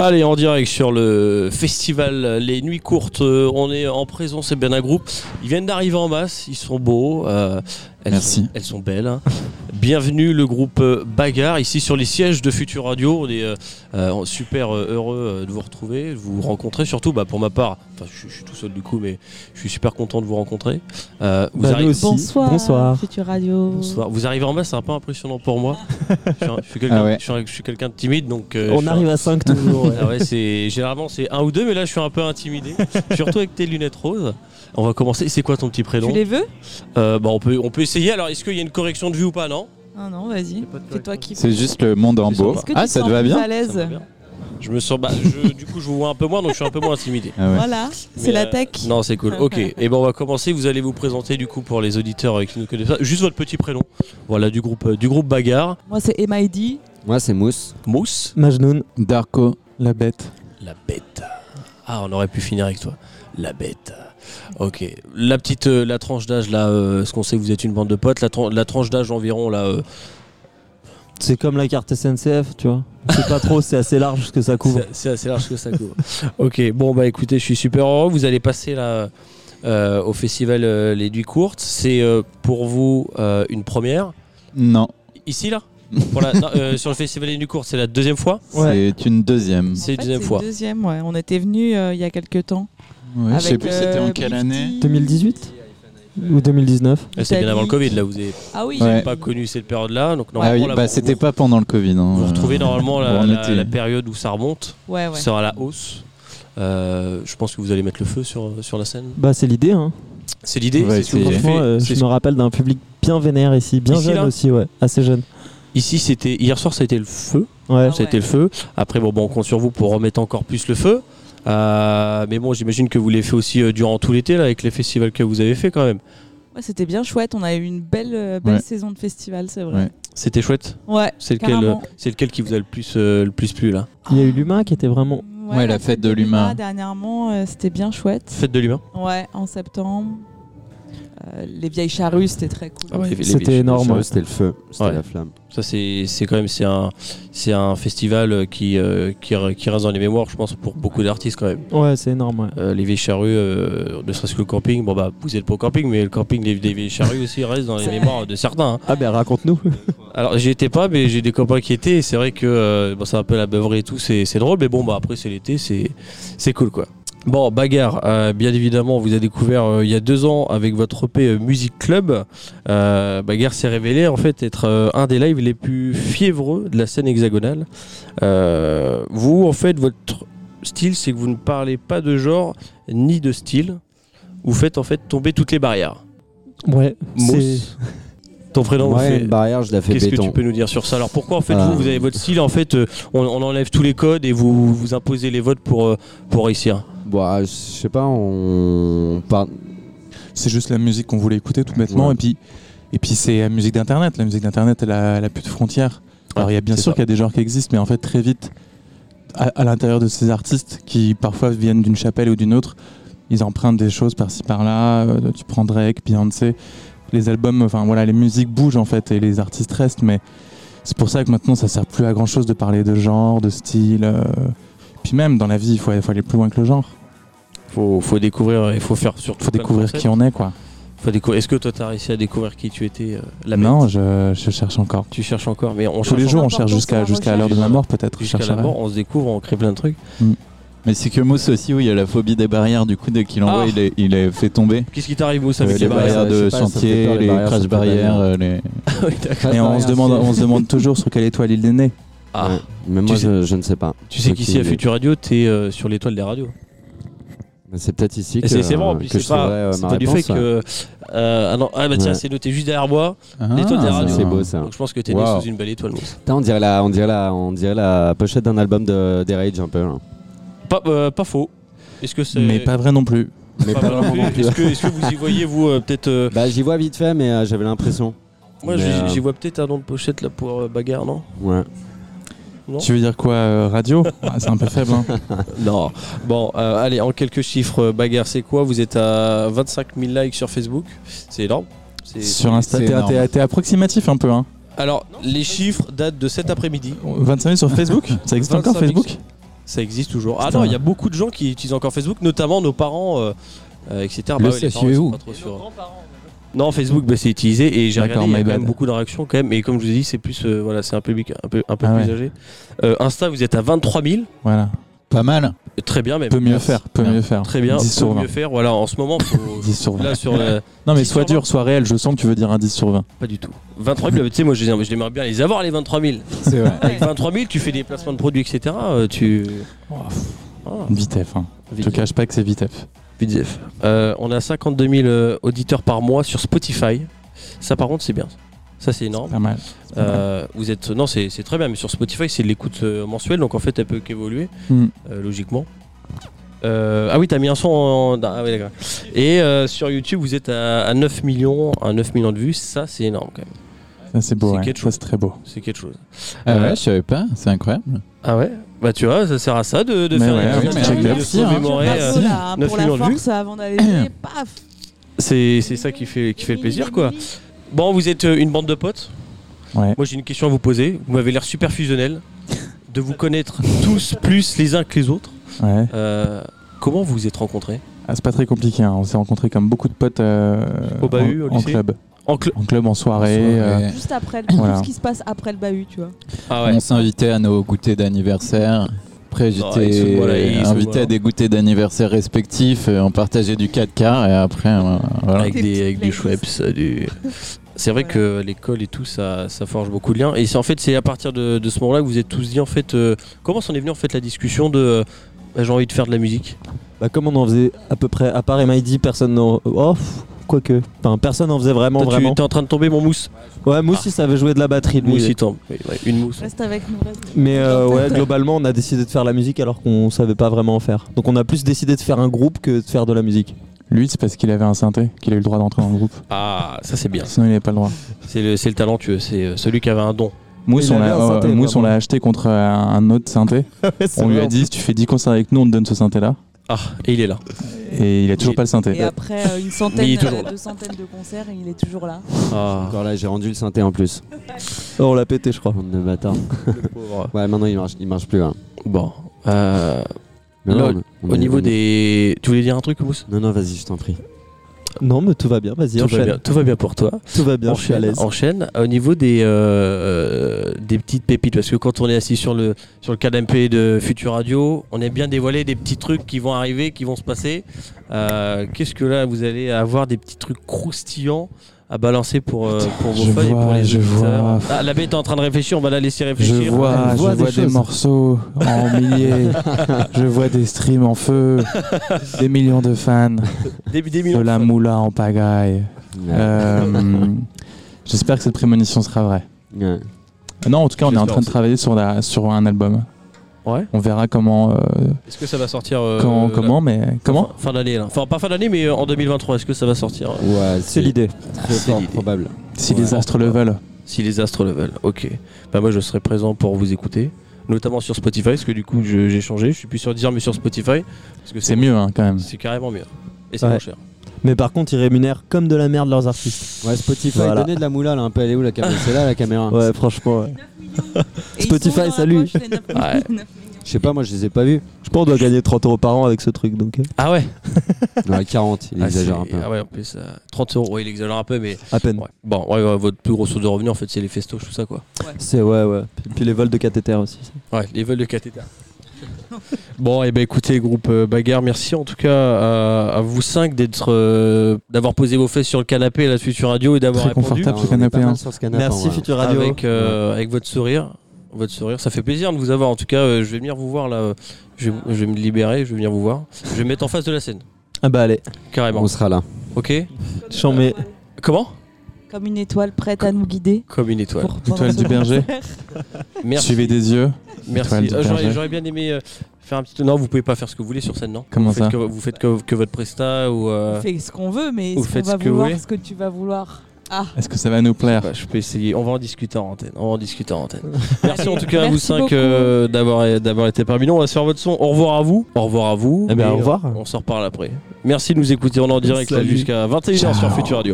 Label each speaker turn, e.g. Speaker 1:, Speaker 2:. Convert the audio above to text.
Speaker 1: Allez, en direct sur le festival Les Nuits Courtes. Euh, On est en présence, c'est bien un groupe. Ils viennent d'arriver en masse, ils sont beaux. euh, elles
Speaker 2: Merci.
Speaker 1: Sont, elles sont belles. hein. Bienvenue, le groupe euh, Bagarre, ici sur les sièges de Futur Radio. On est euh, euh, super euh, heureux euh, de vous retrouver, de vous rencontrer. Surtout, bah, pour ma part, enfin, je, je suis tout seul du coup, mais je suis super content de vous rencontrer. Euh, vous
Speaker 2: Bah, nous
Speaker 1: arrivez-
Speaker 2: aussi.
Speaker 3: Bonsoir.
Speaker 2: Bonsoir.
Speaker 3: Future Radio.
Speaker 1: Bonsoir. Vous arrivez en masse, c'est un peu impressionnant pour moi. je suis, un- je suis quelqu'un
Speaker 2: Ah ouais.
Speaker 1: je suis un- je suis quelqu'un de timide, donc. euh, je
Speaker 4: On
Speaker 1: suis un-
Speaker 4: arrive à 5 toujours. ouais.
Speaker 1: Ah ouais, c'est généralement c'est un ou deux, mais là je suis un peu intimidé, surtout avec tes lunettes roses. On va commencer. C'est quoi ton petit prénom
Speaker 3: Tu les veux
Speaker 1: Euh, bah, on peut on peut essayer. Alors est-ce qu'il y a une correction de vue ou pas Non.
Speaker 3: Ah non, vas-y. C'est toi qui.
Speaker 2: C'est juste le monde en
Speaker 1: C'est
Speaker 2: beau.
Speaker 1: sympa.
Speaker 3: Est-ce que tu
Speaker 2: Ah,
Speaker 3: te
Speaker 2: ça
Speaker 3: sens
Speaker 2: te va
Speaker 3: plus
Speaker 2: bien
Speaker 3: À l'aise.
Speaker 1: Ça me va bien. Je me sens. Bah, je- du coup, je vous vois un peu moins, donc je suis un peu moins intimidé.
Speaker 2: Ah ouais.
Speaker 3: Voilà,
Speaker 1: Mais,
Speaker 3: c'est la
Speaker 1: euh,
Speaker 3: tech. Ah,
Speaker 1: Non, c'est cool. Ok. Et ben on va commencer. Vous allez vous présenter du coup pour les auditeurs euh, qui ne connaissent pas. Juste votre petit prénom. Voilà du groupe euh, du groupe Bagarre.
Speaker 3: Moi, c'est MID.
Speaker 5: Moi, c'est Mousse.
Speaker 1: Mousse.
Speaker 4: Majnoun,
Speaker 2: Darko.
Speaker 4: la bête.
Speaker 1: La bête. Ah, on aurait pu finir avec toi. La bête. Ok. La petite, euh, la tranche d'âge là, euh, ce qu'on sait, vous êtes une bande de potes. La, tran- la tranche d'âge environ là. euh,
Speaker 4: C'est comme la carte SNCF, tu vois. On sait pas trop, c'est assez large ce que ça couvre.
Speaker 1: c'est- C'est assez large que ça couvre. ok. Bon bah écoutez, je suis super heureux. Vous allez passer là euh, au festival euh, Les Nuits Courtes. C'est euh, pour vous euh, une première.
Speaker 2: Non.
Speaker 1: Ici là. Pour la- non, euh, sur le festival Les Nuits Courtes, c'est la deuxième fois.
Speaker 4: Ouais.
Speaker 2: C'est une deuxième.
Speaker 1: C'est
Speaker 3: En fait,
Speaker 1: la deuxième fois.
Speaker 3: Deuxième, ouais. On était venu il y a quelques temps.
Speaker 2: Ouais, je
Speaker 3: Avec,
Speaker 2: sais plus
Speaker 3: euh,
Speaker 2: c'était en quelle
Speaker 3: Bifty.
Speaker 2: année.
Speaker 4: 2018 Ou 2019
Speaker 1: Euh, C'est bien
Speaker 3: Italie.
Speaker 1: avant le Covid là. Vous n'avez
Speaker 3: Ah oui.
Speaker 2: Ouais.
Speaker 1: pas connu cette période là. Donc
Speaker 2: Ah oui,
Speaker 1: normalement là,
Speaker 2: bah
Speaker 1: vous-
Speaker 2: c'était pas pendant le Covid. hein.
Speaker 1: Vous retrouvez normalement la-
Speaker 2: Bon, on
Speaker 1: la-
Speaker 2: était-
Speaker 1: la période où ça remonte.
Speaker 3: Ouais, ouais.
Speaker 1: sera à la hausse. Euh, je pense que vous allez mettre le feu sur, sur la scène.
Speaker 4: Bah, c'est l'idée, hein.
Speaker 1: C'est l'idée.
Speaker 2: Ouais,
Speaker 1: c'est ce que
Speaker 2: c'est-
Speaker 1: vous avez
Speaker 4: Franchement,
Speaker 1: fait.
Speaker 4: euh,
Speaker 1: C'est
Speaker 4: je
Speaker 1: ce-
Speaker 4: me rappelle d'un public bien vénère ici, bien
Speaker 1: Ici,
Speaker 4: jeune
Speaker 1: là
Speaker 4: aussi, ouais, assez jeune.
Speaker 1: Ici, c'était hier soir, ça a été le feu.
Speaker 4: Ouais.
Speaker 3: Ah
Speaker 1: Ça a
Speaker 3: ouais.
Speaker 1: été le feu. Après, bon, bon, on compte sur vous pour remettre encore plus le feu. Euh, mais bon, j'imagine que vous l'avez fait aussi euh, durant tout l'été là, avec les festivals que vous avez fait quand même.
Speaker 3: Ouais, C'était bien chouette. On a eu une belle, euh, belle
Speaker 2: Ouais.
Speaker 3: saison de festival, c'est vrai.
Speaker 1: C'était chouette.
Speaker 3: Ouais.
Speaker 1: C'est lequel,
Speaker 3: Carrément.
Speaker 1: euh, c'est lequel qui vous a le plus, euh, le plus plu là
Speaker 4: Il y a eu l'humain qui était vraiment.
Speaker 2: Ouais, la fête de l'humain.
Speaker 3: Dernièrement, euh, c'était bien chouette.
Speaker 1: Fête de l'humain.
Speaker 3: Ouais, en septembre. Euh, les vieilles charrues, c'était très cool.
Speaker 1: Ah ouais, les- les-
Speaker 4: C'était énorme. ouais.
Speaker 5: C'était le feu, c'était
Speaker 1: Ouais.
Speaker 5: la flamme.
Speaker 1: Ça c'est c'est quand même c'est un c'est un festival euh, qui, euh, qui re- qui reste dans les mémoires, je pense, pour beaucoup d'artistes quand même.
Speaker 4: Ouais, c'est énorme, ouais.
Speaker 1: Euh, les vieilles charrues, euh, ne serait-ce que le camping, bon bah vous êtes pas au camping, mais le camping des, des vieilles charrues aussi reste dans les
Speaker 3: C'est
Speaker 1: mémoires
Speaker 3: vrai.
Speaker 1: de certains. hein.
Speaker 4: Ah, ben raconte-nous.
Speaker 1: Alors j'y étais pas, mais j'ai des copains qui étaient, et c'est vrai que euh, bon, c'est un peu la beuverie et tout, c'est c'est drôle, mais bon bah après c'est l'été, c'est c'est cool quoi. Bon, bagarre, euh, bien évidemment, on vous a découvert euh, il y a deux ans avec votre EP euh, Music Club. Euh, bagarre s'est révélé en fait être euh, un des lives les plus fiévreux de la scène hexagonale. Euh, vous, en fait, votre style, c'est que vous ne parlez pas de genre ni de style. Vous faites en fait tomber toutes les barrières.
Speaker 4: Ouais, c'est.
Speaker 1: Mousse, ton prénom,
Speaker 5: Moi,
Speaker 1: vous fait-
Speaker 5: une
Speaker 6: bah,
Speaker 5: barrière, je la fais
Speaker 1: Qu'est-ce que tu
Speaker 5: béton.
Speaker 1: peux nous dire sur ça Alors pourquoi en fait
Speaker 5: Ah.
Speaker 1: vous, vous avez votre style en fait euh, on, on enlève tous les codes et vous vous imposez les votes pour euh, pour réussir.
Speaker 5: Bon, ah, je sais pas, on. part-
Speaker 6: C'est juste la musique qu'on voulait écouter tout bêtement.
Speaker 5: Ouais.
Speaker 6: Et puis, et puis c'est la musique d'Internet. La musique d'Internet, elle a, elle a plus de frontières. Alors il y a bien
Speaker 1: c'est
Speaker 6: sûr
Speaker 1: ça.
Speaker 6: qu'il y a des genres qui existent, mais en fait très vite, à, à l'intérieur de ces artistes qui parfois viennent d'une chapelle ou d'une autre, ils empruntent des choses par-ci par-là. Euh, tu prends Drake, Beyoncé, les albums, enfin voilà, les musiques bougent en fait et les artistes restent. Mais c'est pour ça que maintenant ça sert plus à grand chose de parler de genre, de style. euh. Puis même dans la vie, il faut, faut aller plus loin que le genre.
Speaker 1: Faut faut découvrir il faut faire surtout
Speaker 6: Il faut découvrir qui on est quoi.
Speaker 1: Faut décou- Est-ce que toi t'as réussi à découvrir qui tu étais euh, la
Speaker 6: non,
Speaker 1: bête
Speaker 6: je, je cherche encore.
Speaker 1: tu cherches encore mais on
Speaker 6: Tous
Speaker 1: cherche
Speaker 6: les jours,
Speaker 1: encore.
Speaker 6: on cherche
Speaker 3: L'important, c'est
Speaker 6: jusqu'à
Speaker 3: la
Speaker 6: jusqu'à l'heure de
Speaker 1: recherche.
Speaker 6: ma mort, peut-être.
Speaker 1: jusqu'à la
Speaker 6: chercherai.
Speaker 1: mort, on se découvre, on crée plein de trucs.
Speaker 2: Mais c'est que Mousse aussi où il y a la phobie des barrières. Du coup, dès qu'il envoie,
Speaker 1: Ah.
Speaker 2: il, est, il est fait tomber.
Speaker 1: Qu'est-ce qui t'arrive Moussa
Speaker 2: Euh,
Speaker 1: avec
Speaker 2: les,
Speaker 1: les barrières Ah,
Speaker 2: barrières
Speaker 5: je
Speaker 2: de
Speaker 5: sais pas, ça me fait
Speaker 2: chantier,
Speaker 5: peur, les
Speaker 2: les,
Speaker 5: barrières, ça me
Speaker 2: crash
Speaker 5: fait peur,
Speaker 2: barrières.
Speaker 5: d'ailleurs.
Speaker 2: euh, les-
Speaker 1: Oui, d'accord.
Speaker 6: Et on
Speaker 5: Barrière,
Speaker 6: se demande,
Speaker 5: Ah, c'est-
Speaker 6: on se demande toujours sur quelle étoile il est né.
Speaker 1: Ah,
Speaker 5: Ouais. Mais
Speaker 1: Tu
Speaker 5: moi,
Speaker 1: sais-
Speaker 5: je, je ne sais pas.
Speaker 1: Tu sais
Speaker 5: Ok,
Speaker 1: qu'ici à
Speaker 5: mais-
Speaker 1: Future Radio, t'es euh, sur l'étoile des radios.
Speaker 5: mais C'est peut-être ici
Speaker 1: Et
Speaker 5: que.
Speaker 1: C'est c'est vrai, en
Speaker 5: euh,
Speaker 1: plus,
Speaker 5: que je
Speaker 1: c'est pas,
Speaker 5: trouverai, euh,
Speaker 1: c'est
Speaker 5: ma
Speaker 1: pas du fait
Speaker 5: réponse, ouais.
Speaker 1: que. euh, ah non, ah bah tiens,
Speaker 5: Ouais.
Speaker 1: c'est noté juste derrière moi. L'étoile des
Speaker 2: Ah,
Speaker 1: radios.
Speaker 5: C'est beau ça.
Speaker 1: Donc je pense que t'es né
Speaker 5: Wow.
Speaker 1: sous une belle étoile, Moussa.
Speaker 5: Putain, on dirait la, on dirait la, on dirait la pochette d'un album de, des Rage un peu. hein.
Speaker 1: Pas, euh, pas faux. Est-ce que c'est.
Speaker 6: Mais pas vrai non plus.
Speaker 5: Mais
Speaker 1: pas
Speaker 5: pas
Speaker 1: mal non
Speaker 5: vraiment
Speaker 1: plus.
Speaker 5: non plus.
Speaker 1: Est-ce que, est-ce que vous y voyez, vous, euh, peut-être. euh,
Speaker 5: Bah, j'y vois vite fait, mais euh, j'avais l'impression.
Speaker 1: moi,
Speaker 5: Mais,
Speaker 1: j'y
Speaker 5: euh,
Speaker 1: j'y vois peut-être un nom de pochette là pour euh, bagarre, non
Speaker 5: Ouais.
Speaker 1: Non.
Speaker 6: Tu veux dire quoi, euh, radio Ah, C'est un peu faible. hein.
Speaker 1: Non. Bon, euh, allez, en quelques chiffres, euh, bagarre, c'est quoi Vous êtes à 25 000 likes sur Facebook. C'est énorme. C'est-
Speaker 6: Sur Insta,
Speaker 2: c'est
Speaker 6: t'es-
Speaker 2: énorme.
Speaker 6: t'es t'es approximatif un peu. Hein.
Speaker 1: Alors, les chiffres datent de cet après-midi.
Speaker 6: 25 000 sur Facebook Ça existe encore
Speaker 1: 25 000.
Speaker 6: Facebook
Speaker 1: Ça existe toujours. Ah
Speaker 6: Putain.
Speaker 1: non, il y a beaucoup de gens qui utilisent encore Facebook, notamment nos parents, euh, euh, etc. Bah
Speaker 7: Le
Speaker 1: ouais, les parents,
Speaker 7: suivez-vous.
Speaker 1: ils sont pas trop sûrs. Non, Facebook, bah, c'est utilisé et j'ai
Speaker 6: D'accord,
Speaker 1: regardé, il y a
Speaker 6: my
Speaker 1: quand
Speaker 6: bad.
Speaker 1: même beaucoup de réactions quand même. Et comme je vous ai dit, c'est plus, euh, voilà, c'est un public un peu, un peu
Speaker 6: Ah
Speaker 1: plus
Speaker 6: ouais.
Speaker 1: âgé. Euh, Insta, vous êtes à 23 000.
Speaker 6: Voilà.
Speaker 2: Pas mal.
Speaker 1: Très bien, même.
Speaker 6: Peut mieux faire, peut
Speaker 2: Bien.
Speaker 6: mieux faire.
Speaker 1: Très Eh ben, bien.
Speaker 6: 10 sur
Speaker 1: Faut
Speaker 6: 20.
Speaker 1: mieux faire. Voilà, en ce moment, faut-
Speaker 6: 10 sur 20.
Speaker 1: là sur la-
Speaker 6: Non, mais
Speaker 1: 10
Speaker 6: soit
Speaker 1: sur 20.
Speaker 6: dur, soit réel. Je sens que tu veux dire un 10 sur 20.
Speaker 1: pas du tout. 23 000, bah, tu sais, moi, je les- je les aimerais bien les avoir les 23 000.
Speaker 2: C'est vrai.
Speaker 1: Avec 23 000, tu fais des placements de produits, etc. euh, Tu. Ah,
Speaker 6: Vitef. Hein. Je te
Speaker 1: vite.
Speaker 6: cache pas que c'est Vitef.
Speaker 1: PDF. Euh, on a 52 000 euh, auditeurs par mois sur Spotify. Ça, par contre, c'est bien. Ça, c'est énorme.
Speaker 6: Pas mal.
Speaker 1: Euh, vous êtes non, c'est c'est très bien, mais sur Spotify, c'est de l'écoute euh, mensuelle, donc en fait, elle peut qu'évoluer
Speaker 6: Hmm.
Speaker 1: euh, logiquement. Euh, ah oui, t'as mis un son. En... Ah oui, d'accord. Et euh, sur YouTube, vous êtes à, à 9 millions, à 9 millions de vues. Ça, c'est énorme quand même.
Speaker 6: Ça, c'est beau.
Speaker 1: C'est
Speaker 6: ouais.
Speaker 1: quelque
Speaker 6: Ça,
Speaker 1: chose.
Speaker 6: c'est très beau.
Speaker 1: C'est quelque chose.
Speaker 2: Ah
Speaker 1: Euh,
Speaker 2: ouais, je savais pas, c'est incroyable.
Speaker 1: Ah ouais. Bah tu vois, ça sert à ça de, de
Speaker 6: Mais
Speaker 1: faire.
Speaker 6: ouais,
Speaker 1: des
Speaker 6: oui,
Speaker 1: choses,
Speaker 6: mais
Speaker 1: de-
Speaker 6: check-up,
Speaker 1: de se
Speaker 6: si, hein.
Speaker 1: remémorer, euh,
Speaker 3: Bravo, là,
Speaker 1: neuf
Speaker 3: pour la
Speaker 1: millions de
Speaker 3: force avant d'aller jouer, paf
Speaker 1: C'est c'est ça qui fait qui fait le plaisir quoi. Bon, vous êtes euh, une bande de potes.
Speaker 6: Ouais.
Speaker 1: Moi, j'ai une question à vous poser. Vous m'avez l'air super fusionnel, de vous connaître tous plus les uns que les autres.
Speaker 6: Ouais.
Speaker 1: Euh, comment vous vous êtes rencontrés
Speaker 6: Ah, c'est pas très compliqué. hein. On s'est rencontrés comme beaucoup de potes euh,
Speaker 1: Au bahut,
Speaker 6: en,
Speaker 1: au
Speaker 6: en
Speaker 1: lycée.
Speaker 6: club.
Speaker 1: En cl-
Speaker 6: En club, en soirée. euh,
Speaker 2: Soirée.
Speaker 1: Eh.
Speaker 3: Juste après le,
Speaker 6: Voilà.
Speaker 3: tout ce qui se passe après le bahut, tu vois.
Speaker 1: Ah ouais.
Speaker 2: On s'invitait à nos goûters d'anniversaire. Après,
Speaker 1: ils
Speaker 2: j'étais
Speaker 1: sont- voilà, ils sont-
Speaker 2: invité à des goûters d'anniversaire respectifs. euh, On partageait du 4 quarts et après, euh, voilà.
Speaker 1: Avec,
Speaker 3: Des
Speaker 1: des,
Speaker 3: petites
Speaker 1: avec du
Speaker 3: playlists.
Speaker 1: Schweppes, ça, du. C'est vrai
Speaker 3: Voilà.
Speaker 1: que l'école et tout, ça, ça forge beaucoup de liens. Et c'est en fait, c'est à partir de, de ce moment-là que vous êtes tous dit en fait. euh, comment s'en est venue en fait la discussion de euh, bah, j'ai envie de faire de la musique.
Speaker 4: Bah, comme on en faisait à peu près, à part MID, personne n'en. Oh, pff, quoique. Enfin, personne n'en faisait vraiment,
Speaker 1: Toi, tu
Speaker 4: vraiment.
Speaker 1: es en train de tomber mon mousse.
Speaker 4: Ouais, Mousse, il savait jouer de la batterie. lui.
Speaker 1: Mousse, il tombe. Oui, ouais, une mousse.
Speaker 3: Reste avec nous, reste.
Speaker 4: Mais euh, ouais, globalement, on a décidé de faire la musique alors qu'on savait pas vraiment en faire. Donc on a plus décidé de faire un groupe que de faire de la musique.
Speaker 6: Lui, c'est parce qu'il avait un synthé qu'il a eu le droit d'entrer dans le groupe.
Speaker 1: Ah, ça c'est bien.
Speaker 6: Sinon, il n'avait pas le droit.
Speaker 1: C'est le, c'est le talentueux, c'est euh, celui qui avait un don.
Speaker 6: Mousse,
Speaker 4: Il
Speaker 6: on
Speaker 4: avait
Speaker 6: l'a
Speaker 4: un synthé,
Speaker 6: euh, Mousse, on
Speaker 4: pardon.
Speaker 6: l'a acheté contre euh, un autre synthé. On lui a dit si tu fais 10 concerts avec nous, on te donne ce synthé-là.
Speaker 1: Ah, et il est là.
Speaker 6: Et il a toujours
Speaker 1: Et-
Speaker 6: pas le synthé.
Speaker 3: Et après euh,
Speaker 1: Mais
Speaker 3: une
Speaker 1: il est
Speaker 3: centaine,
Speaker 1: toujours
Speaker 3: euh,
Speaker 1: là.
Speaker 3: deux centaines de concerts, et il est toujours là.
Speaker 1: Ah,
Speaker 5: Encore là, j'ai rendu le synthé en plus.
Speaker 4: Oh, on l'a pété, je crois.
Speaker 5: Bande de bâtards.
Speaker 1: le pauvre.
Speaker 5: Ouais, maintenant il marche, il marche plus. hein.
Speaker 1: Bon. euh,
Speaker 5: Mais
Speaker 1: Là,
Speaker 5: ouais, on- on
Speaker 1: au
Speaker 5: est- on
Speaker 1: niveau
Speaker 5: est-
Speaker 1: des. Tu voulais dire un truc, Mousse
Speaker 5: Non, non, vas-y, je t'en prie.
Speaker 4: Non, mais tout va bien, vas-y,
Speaker 1: tout va,
Speaker 4: enchaîne.
Speaker 1: bien, tout va bien pour toi.
Speaker 4: Tout va bien, je suis à
Speaker 1: enchaîne,
Speaker 4: l'aise.
Speaker 1: enchaîne. Au niveau des, euh, des petites pépites, parce que quand on est assis sur le, sur le canapé de Futur Radio, on aime bien dévoiler des petits trucs qui vont arriver, qui vont se passer. Euh, Qu'est-ce que là, vous allez avoir des petits trucs croustillants à balancer pour, euh, pour vos
Speaker 6: je
Speaker 1: fans et pour
Speaker 6: vois,
Speaker 1: les
Speaker 6: je
Speaker 1: auditeurs
Speaker 6: vois.
Speaker 1: Ah, la bête est en train de réfléchir, on va la laisser
Speaker 6: Je
Speaker 1: réfléchir.
Speaker 6: vois,
Speaker 4: elle
Speaker 6: je
Speaker 4: voit
Speaker 6: vois
Speaker 4: des
Speaker 6: des,
Speaker 4: choses.
Speaker 6: morceaux en milliers. je vois des streams en feu, des millions de fans,
Speaker 1: Des, des
Speaker 6: de
Speaker 1: millions
Speaker 6: la
Speaker 1: de
Speaker 6: moula en pagaille. Euh, J'espère que cette prémonition sera vraie.
Speaker 5: Ouais.
Speaker 6: Non, en tout cas, on est en
Speaker 1: J'espère
Speaker 6: train de
Speaker 1: aussi.
Speaker 6: travailler sur, la, sur un album.
Speaker 1: fans. Ouais.
Speaker 6: On verra comment. euh,
Speaker 1: Est-ce que ça va sortir euh,
Speaker 6: comment,
Speaker 1: euh,
Speaker 6: comment, mais. Comment
Speaker 1: fin, fin d'année là. Enfin pas fin d'année mais euh, en 2023 est-ce que ça va sortir euh,
Speaker 5: Ouais,
Speaker 4: C'est l'idée.
Speaker 5: très
Speaker 1: c'est
Speaker 5: fort
Speaker 1: l'idée.
Speaker 5: probable.
Speaker 6: Si
Speaker 1: Ouais.
Speaker 6: les astres le veulent.
Speaker 1: Si les astres le veulent. Ok. Bah moi je serai présent pour vous écouter. Notamment sur Spotify, parce que du coup je- j'ai changé, je suis plus sur Deezer mais sur Spotify. Parce que
Speaker 6: C'est mieux, hein, quand même.
Speaker 1: C'est carrément mieux. Et c'est
Speaker 4: Ouais.
Speaker 1: moins cher.
Speaker 4: Mais par contre, ils rémunèrent comme de la merde leurs artistes.
Speaker 5: Ouais, Spotify,
Speaker 4: Voilà.
Speaker 5: donnez de la moula là, un peu. Elle est où la caméra C'est là la caméra
Speaker 4: Ouais, franchement, ouais.
Speaker 3: Et ils
Speaker 4: Spotify,
Speaker 3: sont dans la
Speaker 4: salut.
Speaker 3: poche, les neuf
Speaker 1: Ouais.
Speaker 3: millions.
Speaker 5: Je sais pas, moi je les ai pas vus.
Speaker 4: Je pense qu'on doit gagner 30 euros par an avec ce truc, donc euh,
Speaker 1: Ah ouais
Speaker 5: Non, 40, il
Speaker 1: ah,
Speaker 5: exagère
Speaker 1: c'est-
Speaker 5: un peu.
Speaker 1: Ah ouais en plus euh, 30 euros, ouais, il exagère un peu mais.
Speaker 4: à peine.
Speaker 1: ouais. Bon ouais, ouais, votre plus grosse source de revenus en fait c'est les festoches, tout ça quoi.
Speaker 4: C'est ouais, ouais. Puis, puis les vols de cathéter aussi.
Speaker 1: Ouais, les vols de cathéter. bon, et ben écoutez, groupe euh, Bagarre, merci en tout cas à, à vous cinq d'être, euh, d'avoir posé vos fesses sur le canapé là-dessus sur radio et d'avoir
Speaker 6: Très
Speaker 1: répondu
Speaker 6: confortable.
Speaker 5: Putain,
Speaker 6: tape le
Speaker 5: on est pas
Speaker 6: canapé,
Speaker 5: mal
Speaker 6: hein.
Speaker 5: sur ce canapé, en
Speaker 4: Merci,
Speaker 5: vrai.
Speaker 4: Future Radio.
Speaker 1: avec, euh, avec votre sourire. Votre sourire, ça fait plaisir de vous avoir. En tout cas, euh, je vais venir vous voir là. Je, vais- je vais me libérer, je vais venir vous voir. Je vais me mettre en face de la scène,
Speaker 4: Ah bah allez,
Speaker 1: carrément.
Speaker 5: On sera là.
Speaker 1: Ok.
Speaker 4: j'en mets.
Speaker 1: Comment
Speaker 3: Comme une étoile prête à nous guider.
Speaker 1: Comme une étoile.
Speaker 3: pour- pendant
Speaker 6: Étoile
Speaker 3: ce
Speaker 6: du berger.
Speaker 3: concert.
Speaker 1: Merci.
Speaker 6: Suivez des yeux.
Speaker 1: merci.
Speaker 6: Étoile du
Speaker 1: Euh, j'aurais,
Speaker 6: berger.
Speaker 1: j'aurais bien aimé euh, faire un petit. Non, vous pouvez pas faire ce que vous voulez sur scène, non
Speaker 6: Comment
Speaker 1: vous faites
Speaker 6: ça
Speaker 1: que, Vous faites que, que votre presta ou. euh,
Speaker 3: On fait ce qu'on veut, mais
Speaker 1: Vous
Speaker 3: est-ce qu'on
Speaker 1: faites
Speaker 3: va
Speaker 1: ce que vous
Speaker 3: vouloir
Speaker 1: voulez.
Speaker 3: ce que tu vas vouloir Ah
Speaker 6: Est-ce que ça va nous plaire
Speaker 1: Bah, je peux essayer. On va en discuter en antenne. On va en discuter en antenne. Merci en tout cas à
Speaker 3: Merci
Speaker 1: vous cinq
Speaker 3: beaucoup.
Speaker 1: euh, d'avoir d'avoir été parmi nous. On va se faire votre son. Au revoir à vous. Au revoir à vous.
Speaker 4: Eh ben,
Speaker 1: Et euh,
Speaker 4: au revoir.
Speaker 1: On se reparle après. Merci de nous écouter. On est en direct là,
Speaker 4: Salut.
Speaker 1: jusqu'à 21h sur
Speaker 6: Ciao.
Speaker 1: Future Radio.